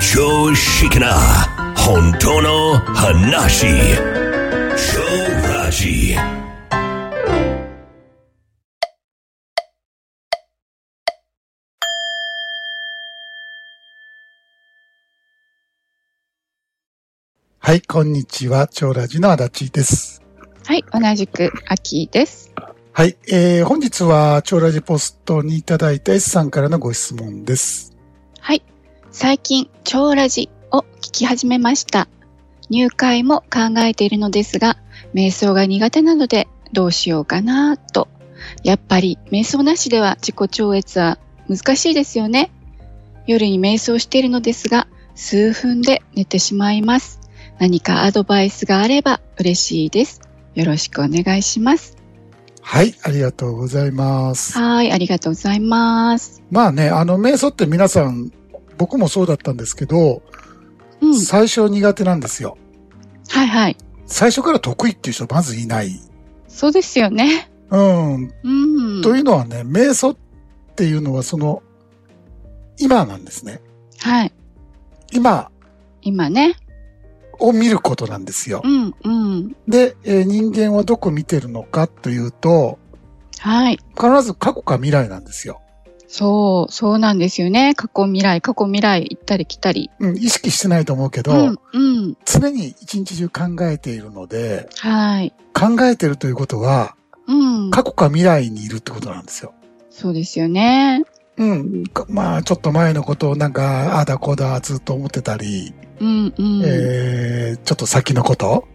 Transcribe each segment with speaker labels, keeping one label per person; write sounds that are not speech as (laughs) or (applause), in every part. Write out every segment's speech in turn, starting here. Speaker 1: 常識な本当の話超ラジ
Speaker 2: はい、こんにちは。超ラジの足立です。
Speaker 3: はい、同じく秋です。
Speaker 2: はい、えー、本日は超ラジポストにいただいた S さんからのご質問です。
Speaker 3: はい、最近、超ラジを聞き始めました。入会も考えているのですが、瞑想が苦手なのでどうしようかなと。やっぱり瞑想なしでは自己超越は難しいですよね。夜に瞑想しているのですが、数分で寝てしまいます。何かアドバイスがあれば嬉しいです。よろしくお願いします。
Speaker 2: はい、ありがとうございます。
Speaker 3: はい、ありがとうございます。
Speaker 2: まあね、あの、瞑想って皆さん、僕もそうだったんですけど、
Speaker 3: うん、
Speaker 2: 最初苦手なんですよ。
Speaker 3: はいはい。
Speaker 2: 最初から得意っていう人まずいない。
Speaker 3: そうですよね。
Speaker 2: うん。
Speaker 3: うん。
Speaker 2: というのはね、瞑想っていうのはその、今なんですね。
Speaker 3: はい。
Speaker 2: 今
Speaker 3: 今ね。
Speaker 2: を見ることなんですよ
Speaker 3: う。ん、うん。
Speaker 2: で、えー人間はどこ見てるのかというと、
Speaker 3: はい。
Speaker 2: 必ず過去か未来なんですよ。
Speaker 3: そう、そうなんですよね。過去未来、過去未来行ったり来たり。
Speaker 2: うん、意識してないと思うけど、
Speaker 3: うん、うん。
Speaker 2: 常に一日中考えているので、
Speaker 3: はい。
Speaker 2: 考えてるということは、
Speaker 3: うん。
Speaker 2: 過去か未来にいるってことなんですよ。
Speaker 3: そうですよね。
Speaker 2: うん。かまあ、ちょっと前のことをなんか、ああだこうだずっと思ってたり、
Speaker 3: うん、うん。
Speaker 2: えー、ちょっと先のこと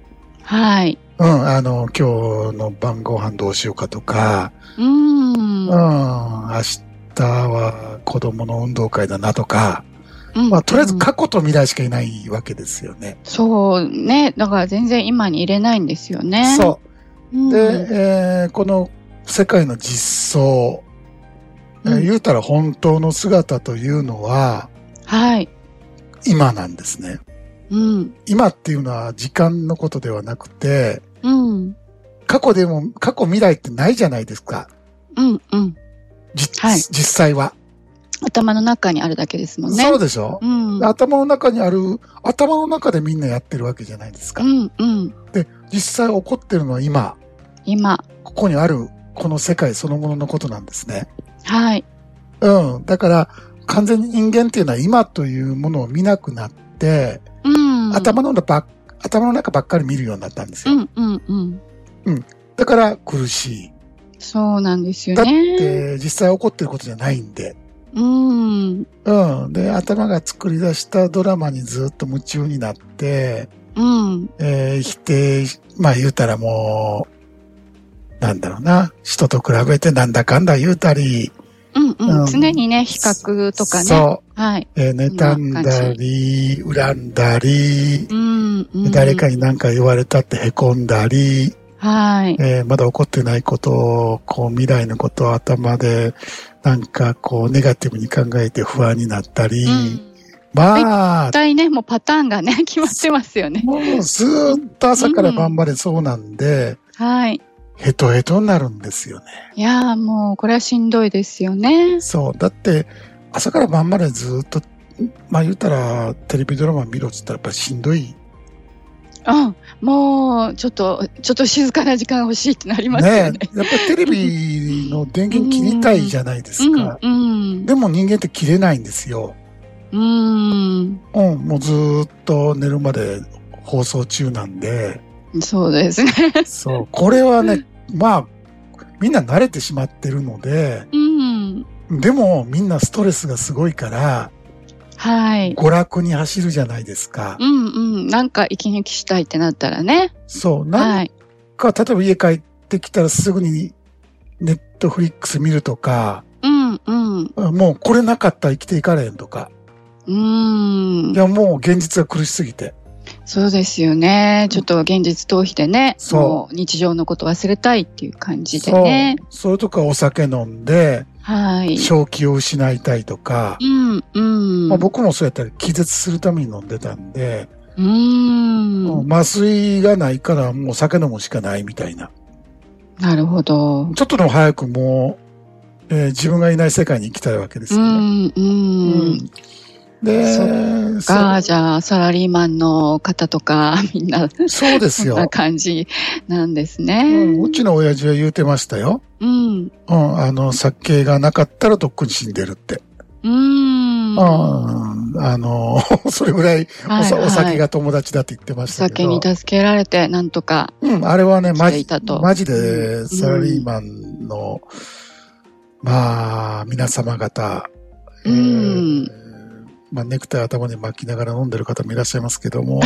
Speaker 3: はい。
Speaker 2: うん、あの、今日の晩ご飯どうしようかとか、
Speaker 3: うん。
Speaker 2: うん、明日は子供の運動会だなとか、
Speaker 3: うん
Speaker 2: まあ、とりあえず過去と未来しかいないわけですよね。
Speaker 3: そうね。だから全然今に入れないんですよね。
Speaker 2: そう。
Speaker 3: うん。
Speaker 2: で、えーこの世界の実相、えー
Speaker 3: うん
Speaker 2: 言うたら本当の姿というのは
Speaker 3: はい。
Speaker 2: 今なんですね。
Speaker 3: うん。
Speaker 2: 今っていうのは時間のことではなくて、
Speaker 3: うん。
Speaker 2: 過去でも、過去未来ってないじゃないですか。
Speaker 3: うん、うん。
Speaker 2: じ
Speaker 3: はい
Speaker 2: 実際は、
Speaker 3: 頭の中にあるだけですもんね。
Speaker 2: そうでしょ、
Speaker 3: うん。
Speaker 2: 頭の中にある、頭の中でみんなやってるわけじゃないですか。
Speaker 3: うん、うん。
Speaker 2: 実際起こってるのは今、
Speaker 3: 今。
Speaker 2: ここにある、この世界そのもののことなんですね。
Speaker 3: はい。
Speaker 2: うん。だから、完全に人間っていうのは今というものを見なくなって、
Speaker 3: うん。
Speaker 2: 頭の中ばっ頭の中ばっかり見るようになったんです
Speaker 3: う
Speaker 2: よ。
Speaker 3: ん、うん、うん。
Speaker 2: だから苦し
Speaker 3: そうなんです
Speaker 2: い。
Speaker 3: よ
Speaker 2: だっ
Speaker 3: ね。
Speaker 2: て、実際起こってることじゃないんで。
Speaker 3: うん。
Speaker 2: うん。で、頭が作り出したドラマにずっと夢中になって、
Speaker 3: うん。
Speaker 2: えー否定し、まあ言うたらもう、なんだろうな。人と比べてなんだかんだ言うたり、
Speaker 3: うん
Speaker 2: う
Speaker 3: うんん。常にね、比較とかね。
Speaker 2: そう。
Speaker 3: はい。
Speaker 2: えー妬んだり、恨んだり、
Speaker 3: うん。うん
Speaker 2: 誰かに何か言われたって凹んだり、
Speaker 3: はい。
Speaker 2: えーまだ起こってないことを、こう未来のことを頭で、なんかこうネガティブに考えて不安になったり、
Speaker 3: うん。
Speaker 2: まあ
Speaker 3: 絶、対ね、もうパターンがね、決まってますよね。
Speaker 2: もうずーっと朝から晩までそうなんで、
Speaker 3: はい。
Speaker 2: ヘトヘトになるんですよね。
Speaker 3: いやーもう、これはしんどいですよね。
Speaker 2: そう。だって、朝から晩までずーっと、まあ言うたら、テレビドラマ見ろって言ったらやっぱしんどい。
Speaker 3: うん。もう、ちょっと、ちょっと静かな時間欲しいってなりますよね。
Speaker 2: ねやっぱりテレビの電源切りたいじゃないですか。
Speaker 3: うん。
Speaker 2: でも人間って切れないんですよ。
Speaker 3: うん。
Speaker 2: うん、もうずーっと寝るまで放送中なん
Speaker 3: (laughs)
Speaker 2: で、
Speaker 3: うん。そうですね。
Speaker 2: そう、これはね、まあ、みんな慣れてしまってるので、
Speaker 3: うん。
Speaker 2: でもみんなストレスがすごいから、
Speaker 3: はい。
Speaker 2: 娯楽に走るじゃないですか
Speaker 3: う。んうん。なんか息抜きしたいってなったらね。
Speaker 2: そう、な
Speaker 3: は
Speaker 2: ん
Speaker 3: い。
Speaker 2: か、例えば家帰ってきたらすぐにネットフリックス見るとか、
Speaker 3: うんうん。
Speaker 2: もうこれなかったら生きていかれへんとか、
Speaker 3: うー
Speaker 2: い
Speaker 3: ん。
Speaker 2: やもう現実が苦しすぎて。
Speaker 3: そうですよね。ちょっと現実逃避でね、
Speaker 2: そう
Speaker 3: もう日常のこと忘れたいっていう感じでね。
Speaker 2: そう、それとかお酒飲んで、
Speaker 3: はい。
Speaker 2: 正気を失いたいとか、
Speaker 3: うん、うん。
Speaker 2: まあ、僕もそうやったり気絶するために飲んでたんで、
Speaker 3: うーん。
Speaker 2: 麻酔がないからもう酒飲むしかないみたいな。
Speaker 3: なるほど。
Speaker 2: ちょっとでも早くもう、えー自分がいない世界に行きたいわけです
Speaker 3: う
Speaker 2: よね。
Speaker 3: ん、う。
Speaker 2: うんんで、
Speaker 3: が、
Speaker 2: そ
Speaker 3: じゃあ、サラリーマンの方とか、みんな、
Speaker 2: そうです
Speaker 3: そん
Speaker 2: よ
Speaker 3: な。感じなんです
Speaker 2: う
Speaker 3: ね。
Speaker 2: ん、うちの親父は言うてましたよ。
Speaker 3: う
Speaker 2: う
Speaker 3: ん。
Speaker 2: ん、あの、酒がなかったらとっくに死んでるって。
Speaker 3: うん。
Speaker 2: うん、あの、 (laughs) それぐらいお
Speaker 3: はい
Speaker 2: さ
Speaker 3: はい
Speaker 2: お酒が友達だって言ってま
Speaker 3: お
Speaker 2: したけ
Speaker 3: 酒
Speaker 2: ど。
Speaker 3: に助けられて、なんとか。
Speaker 2: うん、あれはね、マ
Speaker 3: してい
Speaker 2: ジ
Speaker 3: た、と
Speaker 2: マジでサラリーマンの、まあ、皆様方、
Speaker 3: うん
Speaker 2: えーまあ、ネクタイ頭に巻きながら飲んでる方もいらっしゃいますけど
Speaker 3: (laughs)
Speaker 2: も、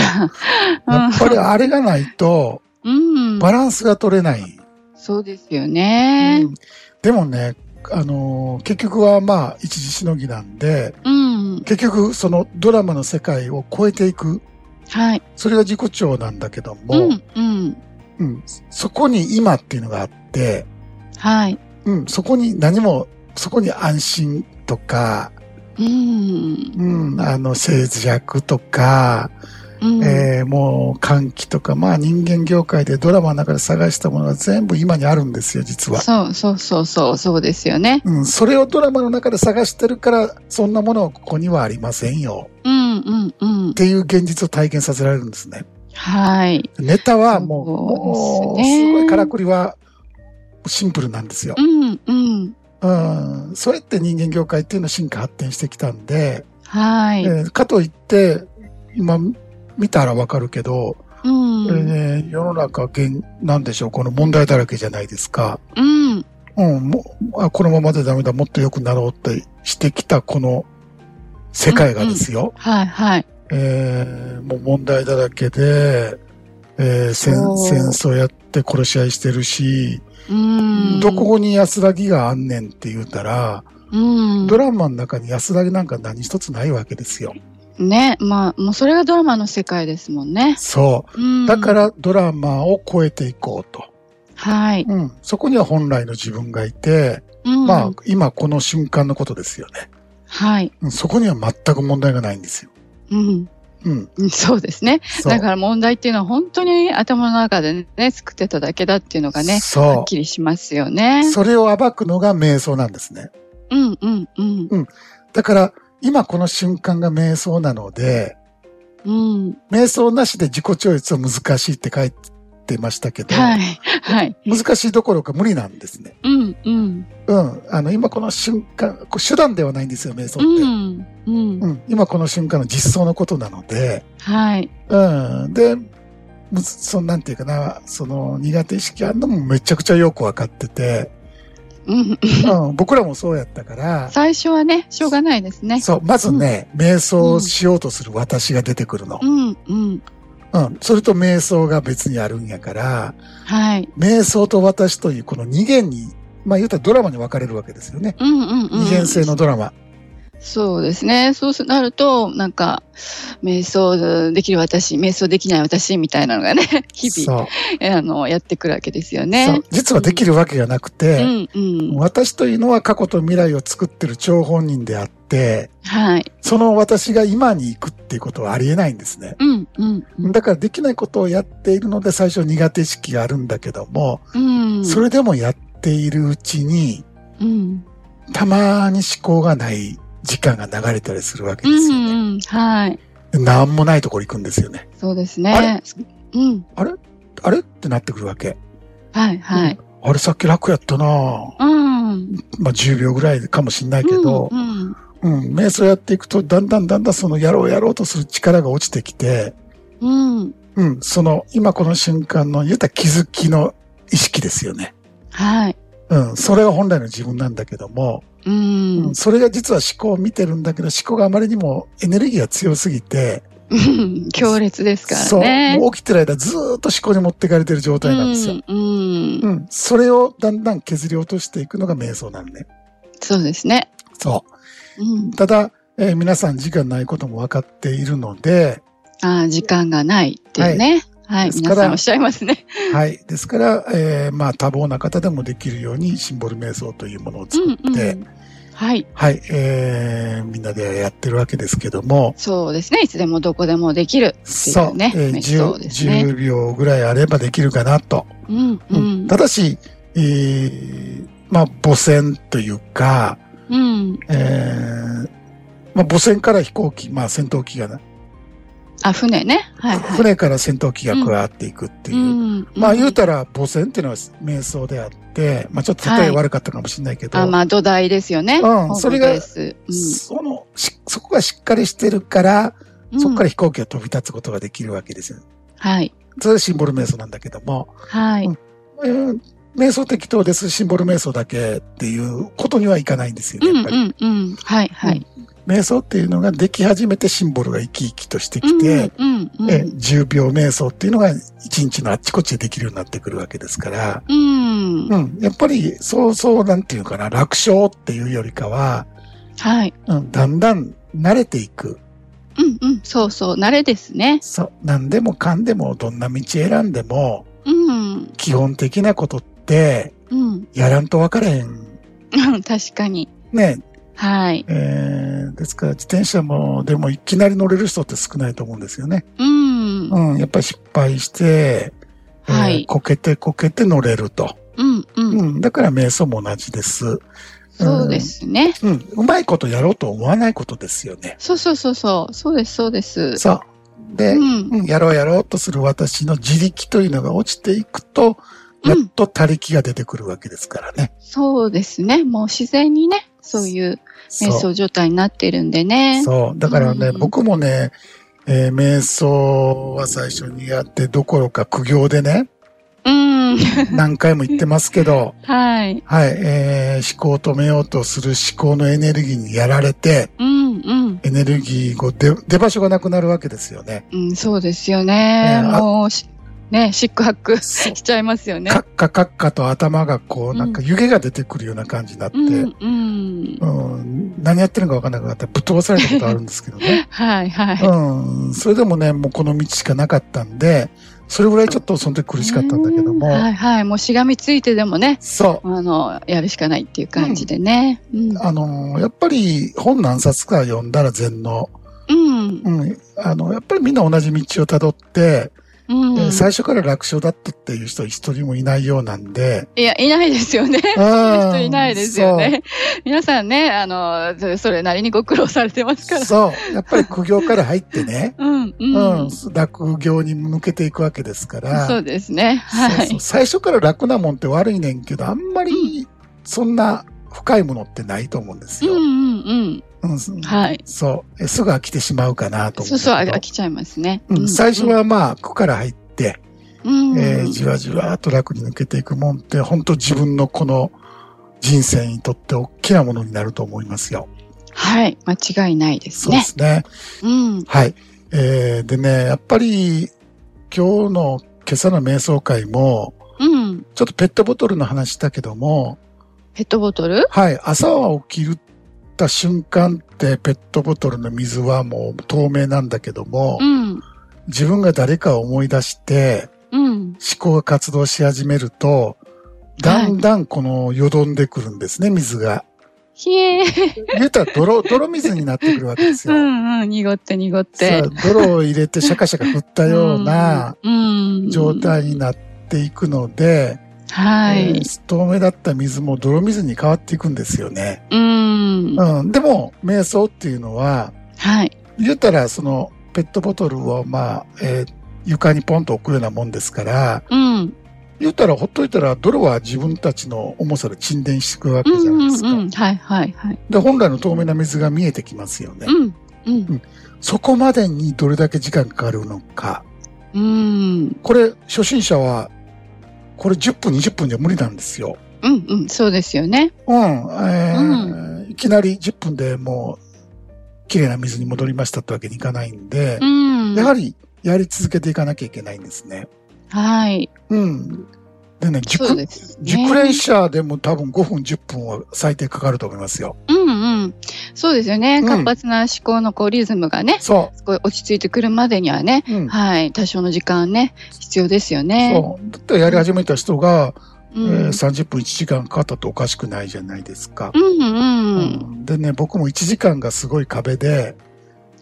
Speaker 2: やっぱりあれがないと、
Speaker 3: うん。
Speaker 2: バランスが取れない。
Speaker 3: そうですよね
Speaker 2: う。んでもね、あのー結局はまあ、一時しのぎなんで、
Speaker 3: うん。
Speaker 2: 結局、そのドラマの世界を超えていく。
Speaker 3: はい。
Speaker 2: それが自己調なんだけども、
Speaker 3: うん。うん。
Speaker 2: うんそこに今っていうのがあって、
Speaker 3: はい。
Speaker 2: うん、そこに何も、そこに安心とか、
Speaker 3: うん。
Speaker 2: うん、あの、静寂とか、
Speaker 3: うん。
Speaker 2: えーもう歓喜とか、まあ人間業界でドラマの中で探したものは全部今にあるんですよ、実は。
Speaker 3: そうそうそうそう、そうですよね。
Speaker 2: うん、それをドラマの中で探してるから、そんなものはここにはありませんよ。
Speaker 3: うんうんうん
Speaker 2: っ。ていう現実を体験させられるんですね。
Speaker 3: はい。
Speaker 2: ネタはもう、
Speaker 3: そう
Speaker 2: も
Speaker 3: で
Speaker 2: う、
Speaker 3: すね
Speaker 2: すごいからくりはシンプルなんですよ
Speaker 3: う。んうん。
Speaker 2: うん、そうやって人間業界っていうのは進化発展してきたんで、
Speaker 3: はい。
Speaker 2: えーかといって、今見たらわかるけど、
Speaker 3: うん。
Speaker 2: えーね世の中現、なんでしょう、この問題だらけじゃないですか。
Speaker 3: うん。
Speaker 2: うん、もうあこのままでダメだ、もっと良くなろうってしてきたこの世界がですよ。
Speaker 3: はいはい。
Speaker 2: えーもう問題だらけで、えー戦
Speaker 3: そう
Speaker 2: 戦争やって殺し合いしてるし、
Speaker 3: うん。
Speaker 2: どこに安らぎがあんねんって言うたら、
Speaker 3: うん。
Speaker 2: ドラマの中に安らぎなんか何一つないわけですよ。
Speaker 3: ね。まあ、もうそれがドラマの世界ですもんね。
Speaker 2: そう。
Speaker 3: うん。
Speaker 2: だか。らドラマを超えていこうと。
Speaker 3: はい。
Speaker 2: うん。そこには本来の自分がいて、
Speaker 3: うん。
Speaker 2: まあ、今この瞬間のことですよね。
Speaker 3: はい。
Speaker 2: うんそこには全く問題がないんですよ。
Speaker 3: うん。
Speaker 2: うん。
Speaker 3: そうですね。
Speaker 2: そう。
Speaker 3: だから問題っていうのは本当に頭の中でね、作ってただけだっていうのがね、は
Speaker 2: そ
Speaker 3: っきりしますよね
Speaker 2: う。。それを暴くのが瞑想なんですね。
Speaker 3: うんうんうん。
Speaker 2: だから、今この瞬間が瞑想なので、
Speaker 3: うん。
Speaker 2: 瞑想なしで自己超越は難しいって書いてましたけど、
Speaker 3: はい。はい。
Speaker 2: 難しいどころか無理なんですね。
Speaker 3: うんうん。
Speaker 2: うん。あの、今この瞬間、こう手段ではないんですよ、瞑想って。
Speaker 3: うん。うん。
Speaker 2: うん、今この瞬間の実装のことなので、
Speaker 3: はい。
Speaker 2: うん、で、むずそのなんていうかな、その苦手意識あんのもめちゃくちゃよくわかって
Speaker 3: (laughs)
Speaker 2: て、
Speaker 3: うん。
Speaker 2: うん、僕らもそうやったから、
Speaker 3: 最初はね、しょうがないですね。
Speaker 2: そう、まずね、瞑想をしようとする私が出てくるの
Speaker 3: う。ん、うん。
Speaker 2: うん、それと瞑想が別にあるんやから、
Speaker 3: はい。
Speaker 2: 瞑想と私というこの二元に、まあ言うたらドラマに分かれるわけですよね。
Speaker 3: うん、うん、うん。
Speaker 2: 二元性のドラマ。
Speaker 3: そうですね。そうすなると、なんか、瞑想できる私、瞑想できない私みたいなのがね、日々、
Speaker 2: そう
Speaker 3: えあの、やってくるわけですよ
Speaker 2: そ
Speaker 3: ね
Speaker 2: う。。実はできるわけがなく
Speaker 3: う
Speaker 2: て、
Speaker 3: ん、うん。
Speaker 2: 私というのは過去と未来を作ってる張本人であって、
Speaker 3: はい。
Speaker 2: その私が今に行くっていうことはありえないんですね。
Speaker 3: うん、うん。
Speaker 2: だからできないことをやっているので最初苦手意識があるんだけども、
Speaker 3: うん。
Speaker 2: それでもやっているうちに、
Speaker 3: うん。
Speaker 2: たまに思考がない時間が流れたりするわけ
Speaker 3: う
Speaker 2: ですよね。
Speaker 3: ん、うん。はい。
Speaker 2: なんもないところ行くんですよね。
Speaker 3: そうです
Speaker 2: あ
Speaker 3: ね
Speaker 2: れ。
Speaker 3: うん。
Speaker 2: あれってなってくるわけ。
Speaker 3: はい、はい。
Speaker 2: あれさっき楽やったなぁ
Speaker 3: うん。
Speaker 2: まあ、10秒ぐらいかもしんないけど、
Speaker 3: うん、うん。
Speaker 2: うん、瞑想やっていくと、だんだんだんだんそのやろうやろうとする力が落ちてきて、
Speaker 3: うん。
Speaker 2: うん、その、今この瞬間の、言ったら気づきの意識ですよね。
Speaker 3: はい。
Speaker 2: うん、それが本来の自分なんだけども、
Speaker 3: う
Speaker 2: うんん、。それが実は思考を見てるんだけど、思考があまりにもエネルギーが強すぎて、
Speaker 3: うん強烈ですからね。
Speaker 2: そう、もう起きてる間ずーっと思考に持っていかれてる状態なんですよ。
Speaker 3: うん、うん
Speaker 2: うん、それをだんだん削り落としていくのが瞑想なのね。
Speaker 3: そうですね。
Speaker 2: そ
Speaker 3: うん
Speaker 2: う。、ただ、えー皆さん時間ないことも分かっているので、
Speaker 3: あー時間がないっていうね。はい、
Speaker 2: ですから
Speaker 3: 皆さんおっしゃいますね。
Speaker 2: はい。ですから、えーまあ多忙な方でもできるようにシンボル瞑想というものを
Speaker 3: う
Speaker 2: 作
Speaker 3: んう
Speaker 2: って、
Speaker 3: ん。はい、
Speaker 2: はい、えー、みんなでやってるわけですけども、
Speaker 3: そうですね。いつでもどこでもできるってい
Speaker 2: そうう、
Speaker 3: ね。
Speaker 2: えー
Speaker 3: そ
Speaker 2: 10,
Speaker 3: うですね。
Speaker 2: 10秒ぐらいあればできるかなと。
Speaker 3: うんう
Speaker 2: うん
Speaker 3: ん。
Speaker 2: ただし、えーまあ、母線というか、
Speaker 3: うん。
Speaker 2: えーまあ、母船から飛行機、まあ、戦闘機がね、
Speaker 3: あ、船ね。はい、はい。
Speaker 2: 船から戦闘機が加わっていくっていうう。
Speaker 3: ん。
Speaker 2: まあ言う
Speaker 3: と。
Speaker 2: たら母船っていうのは瞑想であって、まあちょっと例え悪かったかもしれないけど、
Speaker 3: あ、まあ土台ですよね。
Speaker 2: うんそれが
Speaker 3: ホームベース
Speaker 2: そのし、そこがしっかりしてるから、
Speaker 3: うん
Speaker 2: そこから
Speaker 3: ら。
Speaker 2: 飛行機が飛び立つことができるわけですよ。
Speaker 3: はい。
Speaker 2: それはシンボル瞑想なんだけども、
Speaker 3: はい。
Speaker 2: うんうん瞑想適当です、シンボル瞑想だけっていうことにはいかないんですよね、
Speaker 3: う
Speaker 2: やっ
Speaker 3: ん
Speaker 2: ぱ
Speaker 3: う
Speaker 2: り。
Speaker 3: んうん。はいはい。
Speaker 2: 瞑想っていうのができ始めてシンボルが生き生きとしてきて、
Speaker 3: うんうん
Speaker 2: え10秒瞑想っていうのが1日のあっちこっちでできるようになってくるわけですから、
Speaker 3: うん。うん。
Speaker 2: うん、やっぱり、そうそう、なんていうかな、楽勝っていうよりかは、
Speaker 3: はい。
Speaker 2: うん、だんだん慣れていく。
Speaker 3: うんうん。そうそう。慣れですね。
Speaker 2: そう、何でもかんでも、どんな道選んでも、
Speaker 3: うん。
Speaker 2: 基本的なことって、
Speaker 3: うん。 (laughs)
Speaker 2: やらんと分からへん。
Speaker 3: 確かに。
Speaker 2: ね、
Speaker 3: はい。
Speaker 2: えー、ですから、自転車も、でも、いきなり乗れる人って少ないと思うんですよね。
Speaker 3: うん。うん
Speaker 2: うん、やっぱり失敗して、えー
Speaker 3: はい
Speaker 2: こけてこけて乗れると。
Speaker 3: うん。
Speaker 2: うん、だから瞑想も同じです。
Speaker 3: そうですね。
Speaker 2: うん、うまいことやろうと思わないことですよね。
Speaker 3: そうそうそうそう。そうです、そうです。
Speaker 2: そう。で、
Speaker 3: うん。
Speaker 2: うんやろうやろうとする私の自力というのが落ちていくと、やっと他力が出てくるわけですからね。
Speaker 3: そうですね。もう自然にね、そういう瞑
Speaker 2: そう。
Speaker 3: 想状態になってるんでね。
Speaker 2: そう。だからね、
Speaker 3: うん
Speaker 2: 僕もね、えー瞑想は最初にやってどころか苦行でね、
Speaker 3: うん。
Speaker 2: 何回も言ってますけ
Speaker 3: (laughs)
Speaker 2: ど、
Speaker 3: はい。
Speaker 2: はい、えー思考を止めようとする思考のエネルギーにやられて、
Speaker 3: うん、うん。
Speaker 2: エネルギーが出出場所がなくなるわけですよね。
Speaker 3: うん、そうですよね。
Speaker 2: ねあ
Speaker 3: もうし、ね、シックハック (laughs) し
Speaker 2: そう
Speaker 3: ちゃいますよね
Speaker 2: カ。ッカカッカと頭がこう、なんか湯気が出てくるような感じになって、
Speaker 3: うん、うん。。
Speaker 2: うん、何やってるのか分からなくなってぶっ飛ばされたことあるんですけどね
Speaker 3: はい、 (laughs) はい。
Speaker 2: うん、それでもね、もうこの道しかなかったんで、それぐらいちょっとその時苦しかったんだけども、
Speaker 3: うんはい、はい。もうしがみついてでもね、
Speaker 2: そ
Speaker 3: あの、やるしかないっていう感じでね。うん
Speaker 2: う、。あのー、やっぱり本何冊か読んだら全能。
Speaker 3: うん。
Speaker 2: うん、あの、やっぱりみんな同じ道をたどって、
Speaker 3: うん。
Speaker 2: えー最初から楽勝だったっていう人一人もいないようなんで、
Speaker 3: いや、いないですよ
Speaker 2: うん
Speaker 3: ね。(laughs) そういう人いないですよね。皆さんね、あの、それそれなりにご苦労されてます
Speaker 2: そ
Speaker 3: か
Speaker 2: う。
Speaker 3: ら。、
Speaker 2: そう、やっぱり苦行から入ってね
Speaker 3: うん、 (laughs) う。
Speaker 2: うんん、落行に向けていくわけですから、
Speaker 3: そうですね。は
Speaker 2: そうそ。
Speaker 3: いう
Speaker 2: 最初から楽なもんって悪いねんけど、あんまりそんな深いものってないと思うんです
Speaker 3: うん
Speaker 2: よ。
Speaker 3: うん
Speaker 2: うん
Speaker 3: うん。はい。
Speaker 2: そう。えすぐ飽きてしまうかなと思
Speaker 3: そうそう、
Speaker 2: んだけど
Speaker 3: 飽きちゃいますね。
Speaker 2: うん最初、はまあ、苦から入って、
Speaker 3: うん
Speaker 2: えーじわじわっと楽に抜けていくもんって、本当自分のこの人生にとって大きなものになると思いますよ。
Speaker 3: はい。間違いないです
Speaker 2: そうで
Speaker 3: ね。
Speaker 2: すね。
Speaker 3: うん。
Speaker 2: はい。えーでね、やっぱり今日の今朝の瞑想会も、
Speaker 3: うん。
Speaker 2: ちょっとペットボトルの話したけども、
Speaker 3: ペットボトル
Speaker 2: はい。朝は起きるった瞬間って、ペットボトルの水はもう透明なんだけども
Speaker 3: う、ん。
Speaker 2: 自分が誰かを思い出して、
Speaker 3: うん。
Speaker 2: 思考が活動し始めると、だんだんこの、よどんでくるんですね、水が。
Speaker 3: ひえ
Speaker 2: 言うたら泥、 (laughs) 泥水になってくるわけです
Speaker 3: う
Speaker 2: よ。
Speaker 3: んうん。濁って濁っ
Speaker 2: さあ。
Speaker 3: て
Speaker 2: 泥を入れてシャカシャカ振ったような
Speaker 3: うん、うん
Speaker 2: 状。態になっていくので、
Speaker 3: は
Speaker 2: え
Speaker 3: い。
Speaker 2: ー透明だった水も泥水に変わっていくんですよね。
Speaker 3: うん。
Speaker 2: うん、でも、瞑想っていうのは、
Speaker 3: はい。
Speaker 2: 言ったら、その、ペットボトルを、まあ、えー床にポンと置くようなもんですから、
Speaker 3: うん。
Speaker 2: 言ったら、ほっといたら、泥は自分たちの重さで沈殿していくわ
Speaker 3: う
Speaker 2: け
Speaker 3: ん
Speaker 2: じゃ
Speaker 3: う
Speaker 2: ないで
Speaker 3: ん
Speaker 2: すか。
Speaker 3: うん。はいはいはい。
Speaker 2: で、本来の透明な水が見えてきますよね。
Speaker 3: うん。うん。
Speaker 2: そこまでにどれだけ時間かかるのか。
Speaker 3: うん。
Speaker 2: これ、初心者は、これ10分、20分じゃ無理なんですよ。
Speaker 3: うんうん。そうですよね。
Speaker 2: うん。えーいきなり10分でもう、綺麗な水に戻りましたってわけにいかないんで
Speaker 3: う、ん。
Speaker 2: やはり、やり続けていかなきゃいけないんですね。
Speaker 3: はい。
Speaker 2: うん。でね、熟
Speaker 3: そうです、ね。
Speaker 2: 熟練者でも多分5分、10分は最低かかると思いますよ。
Speaker 3: うんうん。そうですよね。
Speaker 2: うん
Speaker 3: 活発な思考のこうリズムがね、
Speaker 2: そ
Speaker 3: すごい落ち着いてくるまでにはね、
Speaker 2: う。うん。
Speaker 3: はい、多少の時間ね、必要ですよね。
Speaker 2: そう。だってやり始めた人が、
Speaker 3: う
Speaker 2: えー
Speaker 3: ん。
Speaker 2: 30分1時間かかったっておかしくないじゃないですか。
Speaker 3: うん
Speaker 2: う
Speaker 3: うん。
Speaker 2: んでね、僕も1時間がすごい壁で、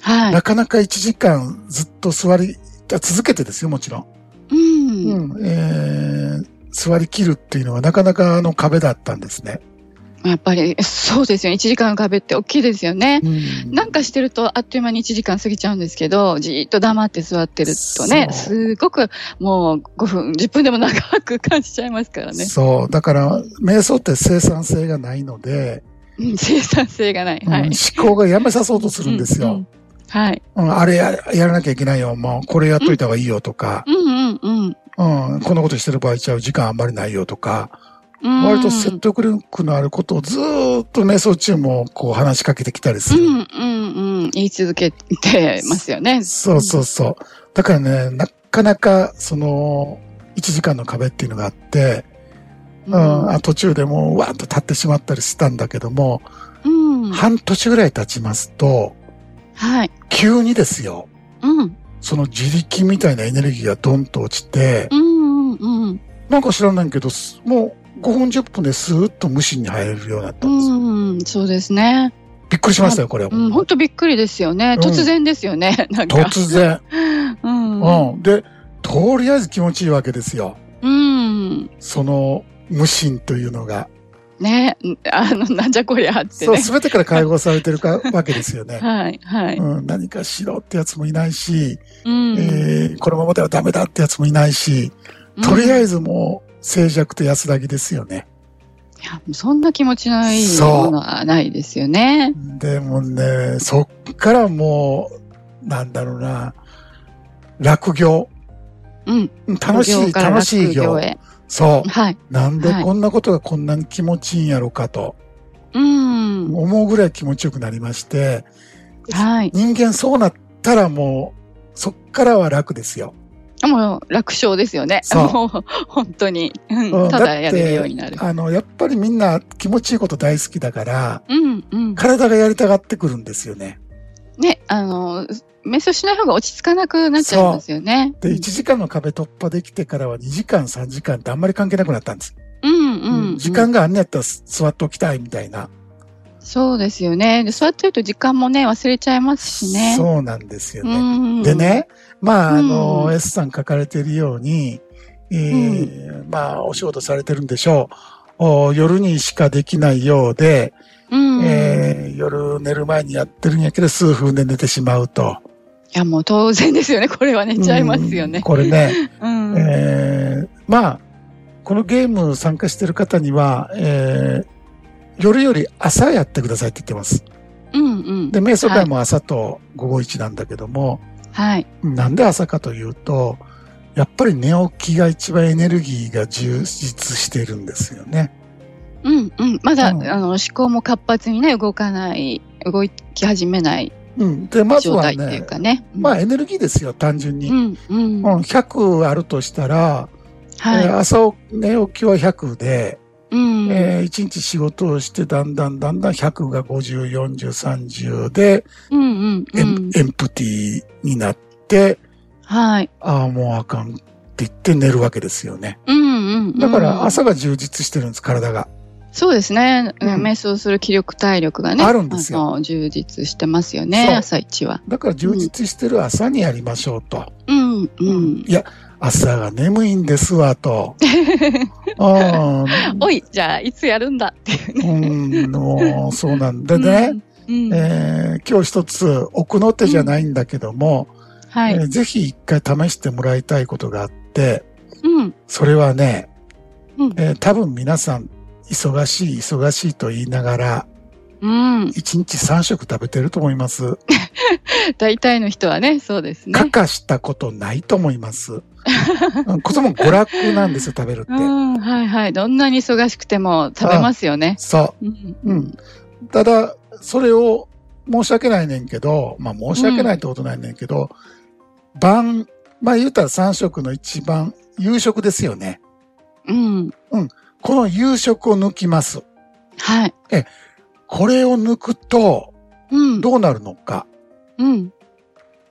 Speaker 3: は。
Speaker 2: ないかなか1時間ずっと座り、あ続けてですよ、もちろん。
Speaker 3: うん。
Speaker 2: うんえー座り切るっていうのはなかなかあの壁だったんですね。
Speaker 3: やっぱりそうですよね1時間の壁って大きいですよね。
Speaker 2: うん
Speaker 3: なんかしてるとあっという間に1時間過ぎちゃうんですけどじーっと黙って座ってるとね
Speaker 2: そ
Speaker 3: すごくもう5分10分でも長く感じちゃいますからね、
Speaker 2: そう。だから、瞑想って生産性がないので、
Speaker 3: うん生産性がない、
Speaker 2: うん
Speaker 3: はい、
Speaker 2: 思考がやめさそうとするんです
Speaker 3: うう
Speaker 2: よ
Speaker 3: ん。はい
Speaker 2: うんあれややらなきゃいけないよ。もうこれやっといた方がいいよとか、
Speaker 3: うんうんうん
Speaker 2: うん、こんなことしてる場合ちゃう時間あんまりないよとか、
Speaker 3: うん
Speaker 2: 割と説得力のあることをずーっと瞑想中もこう話しかけてきたりす
Speaker 3: う
Speaker 2: る。
Speaker 3: んうんうん言い続けてますよね
Speaker 2: そうそうそう。だからね、なかなかその1時間の壁っていうのがあって、うんあ途中でもうわーっと立ってしまったりしたんだけども、
Speaker 3: うん
Speaker 2: 半年ぐらい経ちますと、
Speaker 3: はい
Speaker 2: 急にですよ、
Speaker 3: うん
Speaker 2: その自力みたいなエネルギーがドンと落ちて、
Speaker 3: うんうんうん
Speaker 2: なんか知らないけど、すもう5分10分でスーッと無心に入れるようになったんですよ。
Speaker 3: うんそうですね
Speaker 2: びっくりしましたよ、これ。
Speaker 3: うん本当びっくりですよね
Speaker 2: うん
Speaker 3: 突然ですよね (laughs) なんか
Speaker 2: 突然。
Speaker 3: うん
Speaker 2: うん。で、とりあえず気持ちいいわけですよ。
Speaker 3: うん
Speaker 2: その無心というのが。
Speaker 3: ね、あの、なんじゃこりゃって
Speaker 2: そう、
Speaker 3: ね。
Speaker 2: すべてから解放されてるかわけですよね。
Speaker 3: はい、はい。
Speaker 2: うん、何かしろってやつもいないし、
Speaker 3: うん
Speaker 2: えーこのままではダメだってやつもいないし、とりあえずもう静寂と安らぎですよね。
Speaker 3: いやそんな気持ちのいい
Speaker 2: そう
Speaker 3: ものはないですよね。
Speaker 2: でもね、そっからもう、なんだろうな、落業。
Speaker 3: うん。
Speaker 2: 楽し
Speaker 3: 副
Speaker 2: い、
Speaker 3: 業から
Speaker 2: 楽しい
Speaker 3: 副業
Speaker 2: 業。
Speaker 3: へ。
Speaker 2: そ
Speaker 3: はい。
Speaker 2: う。なんで
Speaker 3: はい
Speaker 2: こんなことがこんなに気持ちいいんやろかと
Speaker 3: うん。
Speaker 2: 思うぐらい気持ちよくなりまして、
Speaker 3: はい。
Speaker 2: 人間そうなったらもう、そっからは楽ですよ。
Speaker 3: もう楽勝ですよね。
Speaker 2: そう
Speaker 3: もう本当に、うん
Speaker 2: うん
Speaker 3: た
Speaker 2: だっ
Speaker 3: だ
Speaker 2: て
Speaker 3: やれるようになる。
Speaker 2: あの、やっぱりみんな気持ちいいこと大好きだから、
Speaker 3: うんうん。
Speaker 2: 体がやりたがってくるんですよね。
Speaker 3: ね、あの、瞑想しない方が落ち着かなくなっちゃいますよね。
Speaker 2: で、1時間の壁突破できてからは2時間、3時間ってあんまり関係なくなったんです。
Speaker 3: うんうんうん。
Speaker 2: 時間があんねやったら座っておきたいみたいな。
Speaker 3: そうですよね。で座ってると時間もね、忘れちゃいますしね。
Speaker 2: そうなんですよね。
Speaker 3: うん
Speaker 2: で。ね、まあ、あの、
Speaker 3: うん
Speaker 2: S さん書かれているように、えーまあ、お仕事されてるんでしょう。お夜にしかできないようで、
Speaker 3: うん。
Speaker 2: えー夜寝る前にやってるんやけど、数分で寝てしまうと。
Speaker 3: いや、もう当然ですよね。 (laughs) これは寝ちゃいますよ
Speaker 2: うん
Speaker 3: ね。
Speaker 2: これね、
Speaker 3: うん。
Speaker 2: えーまあ、このゲーム参加してる方には、えー夜より朝やってくださいって言ってます。
Speaker 3: うんうん
Speaker 2: で、。瞑想会も朝と午後1なんだけども、
Speaker 3: はい。
Speaker 2: なんで朝かというと、やっぱり寝起きが一番エネルギーが充実してるんですよね。
Speaker 3: うんうん。まだ、
Speaker 2: うん
Speaker 3: あの、思考も活発にね、動かない、動き始めない
Speaker 2: うん。で、まず
Speaker 3: 状
Speaker 2: は
Speaker 3: 態ってい
Speaker 2: ね
Speaker 3: う、かね。
Speaker 2: まあエネルギーですよ、単純に。
Speaker 3: う
Speaker 2: うん
Speaker 3: んうん。
Speaker 2: 100あるとしたら、
Speaker 3: は
Speaker 2: え
Speaker 3: い。
Speaker 2: ー朝寝起きは100で、
Speaker 3: うん。
Speaker 2: え1日仕事をしてだんだんだんだん100が50、40、30で、
Speaker 3: うんうんう
Speaker 2: エン
Speaker 3: ん。
Speaker 2: エンプティになって、
Speaker 3: はい。
Speaker 2: ああ、もうあかんって言って寝るわけですよね。
Speaker 3: うんうんうん。
Speaker 2: だから朝が充実してるんです、体が。
Speaker 3: そうですね。
Speaker 2: うん
Speaker 3: 瞑想する気力、体力がね。
Speaker 2: あるんですよ
Speaker 3: あの充実してますよね。
Speaker 2: そう
Speaker 3: 朝一は。
Speaker 2: だから充実してる朝にやりましょうと。
Speaker 3: うんうん。
Speaker 2: いや、朝が眠いんですわと。あ
Speaker 3: おい、じゃあ、いつやるんだっていうね。
Speaker 2: うん、もうそうなんでね、
Speaker 3: うん。うん。
Speaker 2: えー今日一つ奥の手じゃないんだけども、
Speaker 3: はい
Speaker 2: え。ーぜひ一回試してもらいたいことがあって、
Speaker 3: うん。
Speaker 2: それはね、
Speaker 3: うん
Speaker 2: えー多分皆さん忙しい忙しいと言いながら、
Speaker 3: うん。
Speaker 2: 1日3食食べてると思います。
Speaker 3: 大体の人はね、そうですね。
Speaker 2: かかしたことないと思います。
Speaker 3: (laughs)
Speaker 2: うんこれも娯楽なんですよ、食べるって
Speaker 3: う。ん、はいはい。どんなに忙しくても食べますよね。
Speaker 2: そう。
Speaker 3: うん
Speaker 2: うん。ただ、それを申し訳ないねんけど、まあ申し訳ないってことないねんけど、晩、まあ言うたら3食の一番、夕食ですよね。
Speaker 3: うん。
Speaker 2: この夕食を抜きます。
Speaker 3: はい。
Speaker 2: これを抜くと、
Speaker 3: うん。
Speaker 2: どうなるのか。
Speaker 3: うん。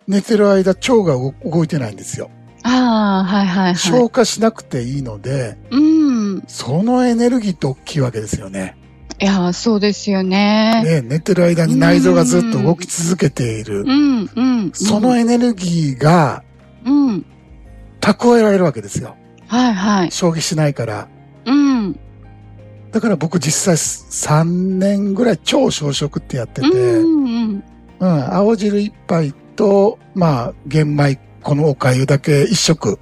Speaker 3: 寝
Speaker 2: 寝てる間、腸が動動いてないんですよ。
Speaker 3: ああ、はいはいはい。
Speaker 2: 消化しなくていいので、
Speaker 3: うん。い
Speaker 2: そのエネルギーって大きいわけですよね。
Speaker 3: やー、そうですよね。
Speaker 2: ね、寝てる間に内臓がずっと動き続けている
Speaker 3: う。ん、うん。
Speaker 2: そのエネルギーが
Speaker 3: うん。
Speaker 2: 蓄えられるわけですよ。
Speaker 3: はいはい。
Speaker 2: 消費しないから。
Speaker 3: うん。
Speaker 2: だから僕実際3年ぐらい超小食ってやってて、
Speaker 3: う
Speaker 2: うん、
Speaker 3: んうん
Speaker 2: 青汁一杯と、まあ、玄米、このお粥だけ一食。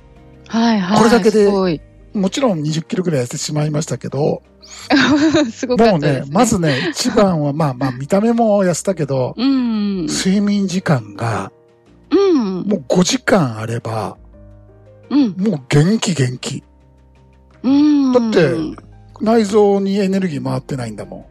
Speaker 3: はいはい。
Speaker 2: これだけです
Speaker 3: ごい。
Speaker 2: もちろん20キロぐらい痩せてしまいましたけど、
Speaker 3: (laughs) すごかっ
Speaker 2: も
Speaker 3: た
Speaker 2: う
Speaker 3: で
Speaker 2: ね
Speaker 3: す、ね。
Speaker 2: まずね、一番はまあまあ見た目も痩せたけど、
Speaker 3: うん。
Speaker 2: 睡眠時間が
Speaker 3: うん。
Speaker 2: もう5時間あれば、
Speaker 3: うん。
Speaker 2: もう元気元気。
Speaker 3: うん。
Speaker 2: だって内臓にエネルギー回ってないんだもん。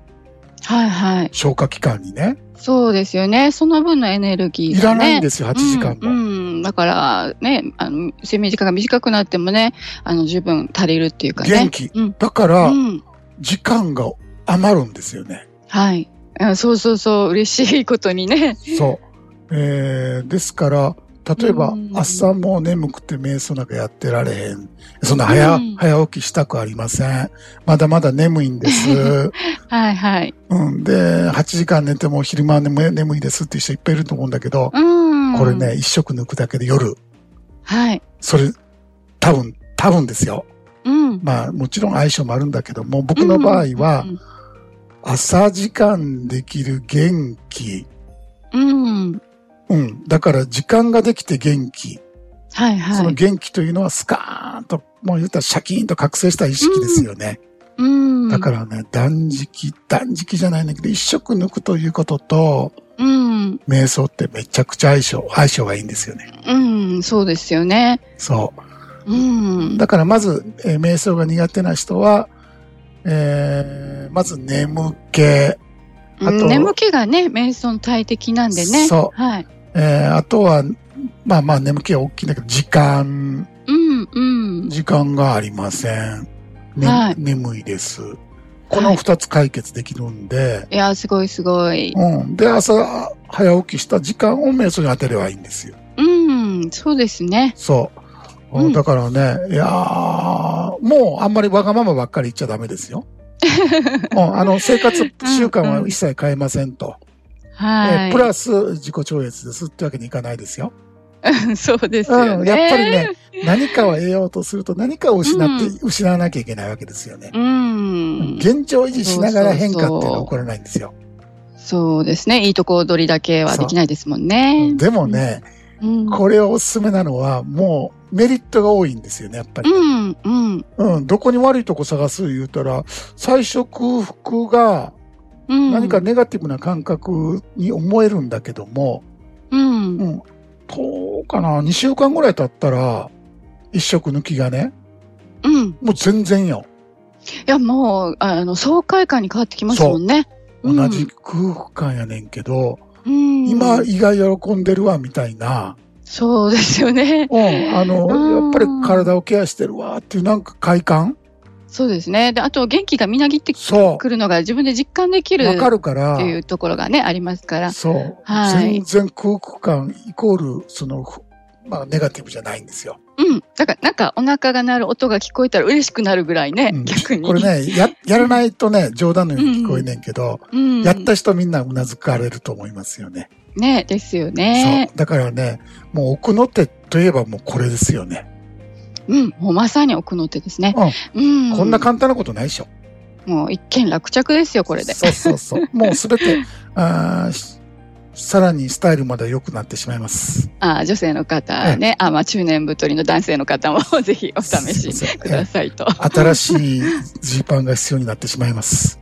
Speaker 3: はいはい。
Speaker 2: 消化器官にね。
Speaker 3: そうですよね。その分のエネルギー、ね。
Speaker 2: いらないんですよ、8時間
Speaker 3: う
Speaker 2: も。
Speaker 3: ん、うんだからね、あの、睡眠時間が短くなってもね、あの、十分足りるっていうかね。
Speaker 2: 元気
Speaker 3: うん。
Speaker 2: だから
Speaker 3: う、ん。
Speaker 2: 時間が余るんですよね。
Speaker 3: はい。うんそうそうそう、嬉しいことにね。 (laughs)
Speaker 2: そう。えー、ですから、例えば
Speaker 3: うん、
Speaker 2: 朝もう眠くて瞑想なんかやってられへん。そんな早、
Speaker 3: うん
Speaker 2: 早起きしたくありません。まだまだ眠いんです。
Speaker 3: はいはい。
Speaker 2: うん。で、8時間寝ても昼間は眠い眠いですっていう人いっぱいいると思うんだけど、
Speaker 3: うん。
Speaker 2: これね、。一食抜くだけで夜、
Speaker 3: はい。
Speaker 2: それ、多分、多分ですよ。
Speaker 3: うん。
Speaker 2: まあ、もちろん相性もあるんだけども、僕の場合は、朝時間できる元気。
Speaker 3: うん。うん。
Speaker 2: うん。だから、時間ができて元気。
Speaker 3: はい
Speaker 2: そ
Speaker 3: は
Speaker 2: の
Speaker 3: い。
Speaker 2: 元気というのは、スカーンと、もう言ったらシャキーンと覚醒した意識ですよね。
Speaker 3: うん。
Speaker 2: だからね、断食、断食じゃないんだけど、一食抜くということと、
Speaker 3: うん。
Speaker 2: 瞑想ってめちゃくちゃ相性、相性がいいんですよね。
Speaker 3: うん。そうですよね。
Speaker 2: そう。
Speaker 3: うん。
Speaker 2: だからまず、えー瞑想が苦手な人は、えーまず眠気、えあと
Speaker 3: うん眠気がね、瞑想の大敵なんでね。。
Speaker 2: そう
Speaker 3: はい。
Speaker 2: ーあとは、まあまあ眠気は大きいんだけど、時間、
Speaker 3: うん、うん。
Speaker 2: 時間がありません。ね
Speaker 3: はい
Speaker 2: 眠いです。この二つ解決できるんで、
Speaker 3: いや、すごいすごい。
Speaker 2: うん。で、朝早起きした時間を瞑想に当てればいいんですよ。
Speaker 3: うん、そうですね。
Speaker 2: そう。
Speaker 3: うん
Speaker 2: だからね、いやーもうあんまりわがままばっかり言っちゃダメ
Speaker 3: (laughs)
Speaker 2: ですよ。うんあの、生活習慣は一切変えませんと。
Speaker 3: は
Speaker 2: え
Speaker 3: い。
Speaker 2: ープラス自己超越ですってわけにいかないですよ。
Speaker 3: (laughs) そうです
Speaker 2: う
Speaker 3: よ
Speaker 2: ん、
Speaker 3: ね。
Speaker 2: やっぱりね、何かを得ようとすると何かを失って、失わなきゃいけないわけですよね。
Speaker 3: うん。
Speaker 2: 現状維持しながら変化っていうの
Speaker 3: そうそう
Speaker 2: は
Speaker 3: そう
Speaker 2: 起こらないんですよ。
Speaker 3: そうですね。いいとこ取りだけはできないですもんね。
Speaker 2: でもね、
Speaker 3: うん。
Speaker 2: これをおすすめなのはもうメリットが多いんですよね、やっぱり。
Speaker 3: うん、うん、
Speaker 2: うん、どこに悪いとこ探す言うたら、最初空腹が
Speaker 3: うん。
Speaker 2: 何かネガティブな感覚に思えるんだけども、
Speaker 3: うん。
Speaker 2: うん、どうかな、2週間ぐらい経ったら、一食抜きがね、
Speaker 3: うん。い
Speaker 2: もう全然よ。
Speaker 3: や、もう、あの、爽快感に変わってきますもんね。うん
Speaker 2: 同じ空腹感やねんけど、
Speaker 3: うん。
Speaker 2: 今、胃が喜んでるわ、みたいな。
Speaker 3: そうですよね。
Speaker 2: うん、あ
Speaker 3: うん
Speaker 2: の、やっぱり体をケアしてるわ、っていうなんか快感
Speaker 3: そうですね。で、あと、元気がみなぎって
Speaker 2: そ
Speaker 3: くるのが自分で実感でき
Speaker 2: う。
Speaker 3: る
Speaker 2: わか
Speaker 3: っ
Speaker 2: るから
Speaker 3: て、いうところがね、ありますから。
Speaker 2: そう。
Speaker 3: はい
Speaker 2: 全然空腹感イコール、その、ふまあ、ネガティブじゃないんですよ。
Speaker 3: うん。だから、なんか、お腹が鳴る音が聞こえたら嬉しくなるぐらいね、
Speaker 2: うん
Speaker 3: 逆に。
Speaker 2: これね、や、やらないとね、冗談のように聞こえねんけど、
Speaker 3: うん。
Speaker 2: やった人みんなうなずかれると思いますよね。
Speaker 3: ね、ですよ
Speaker 2: そ
Speaker 3: ね。
Speaker 2: う。だからね、もう奥の手といえばもうこれですよね。
Speaker 3: うん、もうまさに奥の手ですね。うん。
Speaker 2: こんな簡単なことないでしょ。
Speaker 3: もう一見落着ですよ、これで。
Speaker 2: そうそう
Speaker 3: (laughs)
Speaker 2: そう。もうすべて、あーしさらにスタイルまで良くなってしまいます。
Speaker 3: あ女性の方ね、あまあ中年太りの男性の方も (laughs) ぜひお試しくださいと。
Speaker 2: 新しいジーパンが必要になってしまい
Speaker 3: (laughs)
Speaker 2: ます。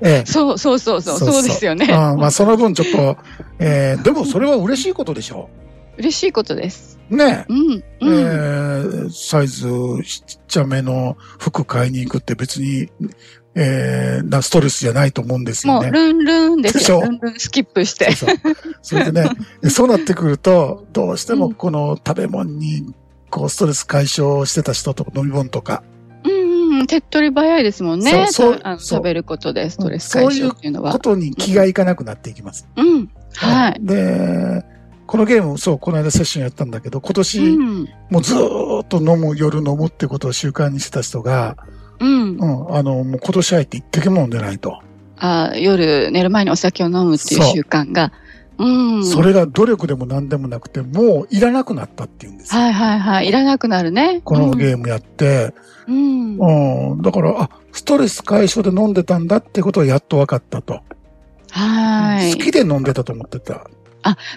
Speaker 2: ええ。
Speaker 3: そうそうそうそう、
Speaker 2: そう
Speaker 3: そ
Speaker 2: そう
Speaker 3: うですよね。
Speaker 2: あーまあ、その分ちょっと、えーでもそれは嬉しいことでしょ
Speaker 3: 嬉しいことです。
Speaker 2: ね
Speaker 3: うん、
Speaker 2: え。
Speaker 3: うん。
Speaker 2: えーサイズちっちゃめの服買いに行くって別に、えーなストレスじゃないと思うんです
Speaker 3: も
Speaker 2: よ
Speaker 3: う
Speaker 2: ね。
Speaker 3: ルンルンですよ。
Speaker 2: でし
Speaker 3: ル
Speaker 2: ょ
Speaker 3: ンルンスキップして。
Speaker 2: そうそうそれでね、
Speaker 3: (laughs)
Speaker 2: そうなってくると、どうしてもこの食べ物に、こう、ストレス解消してた人とか飲み物とか、
Speaker 3: うん、うん、手っ取り早いですもんね。
Speaker 2: そうそう
Speaker 3: たあの
Speaker 2: そう
Speaker 3: 食べることでストレス解消っていうのは。
Speaker 2: ことに気がいかなくなっていきます。
Speaker 3: うん、はい。
Speaker 2: で、このゲーム、そう、この間セッションやったんだけど、今年、
Speaker 3: うん、
Speaker 2: もうずーっと飲む、夜飲むってことを習慣にしてた人が、
Speaker 3: うん。
Speaker 2: うん、あの、もう今年入って一滴も飲んでないと。
Speaker 3: あ夜寝る前にお酒を飲むっていう
Speaker 2: そう
Speaker 3: 習慣がうん。
Speaker 2: それが努力でも何でもなくて、もういらなくなったっていうんですよ。
Speaker 3: はいはいはい。いらなくなるね。
Speaker 2: このゲームやって、
Speaker 3: うん。うん。
Speaker 2: うん、だから、あ、ストレス解消で飲んでたんだってことはやっと分かったと。
Speaker 3: は
Speaker 2: 好
Speaker 3: い。
Speaker 2: きで飲んでたと思ってた。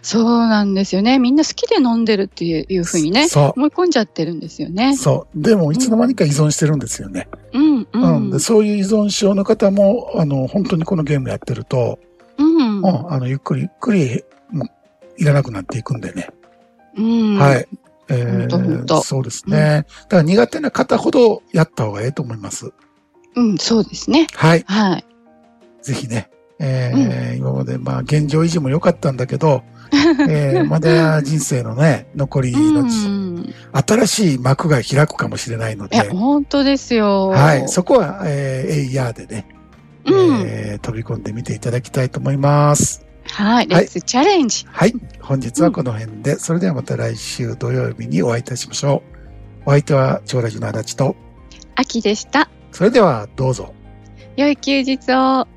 Speaker 3: そうなんですよね。みんな好きで飲んでるっていうふうにね。
Speaker 2: そ
Speaker 3: 思い込んじゃってるんですよね
Speaker 2: う。。そう。でも、いつの間にか依存してるんですよね。
Speaker 3: うん。う
Speaker 2: うん。
Speaker 3: ん。
Speaker 2: でそういう依存症の方も、あの、本当にこのゲームやってると、
Speaker 3: うん
Speaker 2: う。ん、あの、ゆっくりゆっくり、もういらなくなっていくんでね。
Speaker 3: うん。
Speaker 2: はい。え
Speaker 3: ほんとほんと
Speaker 2: そうですね。だから苦手な方ほどやった方がいいと思います。
Speaker 3: うん、そうですね。
Speaker 2: はい。
Speaker 3: はい。
Speaker 2: ぜひね、えー今まで、まあ、現状維持も良かったんだけ
Speaker 3: (laughs)
Speaker 2: ど、えーまだ人生のね、残りの
Speaker 3: う
Speaker 2: ち、
Speaker 3: ん。
Speaker 2: 新しい幕が開くかもしれないの
Speaker 3: い
Speaker 2: で
Speaker 3: や、、本当ですよ。
Speaker 2: はい、そこは、えー、エイヤーでね、
Speaker 3: うん。
Speaker 2: えー飛び込んでみていただきたいと思います。
Speaker 3: はい。レッツチャレンジ。
Speaker 2: はい、本日はこの辺で、それではまた来週土曜日にお会いいたしましょう。お相手は、長ラジの足立と、
Speaker 3: 秋でした。
Speaker 2: それではどうぞ。
Speaker 3: 良い休日を。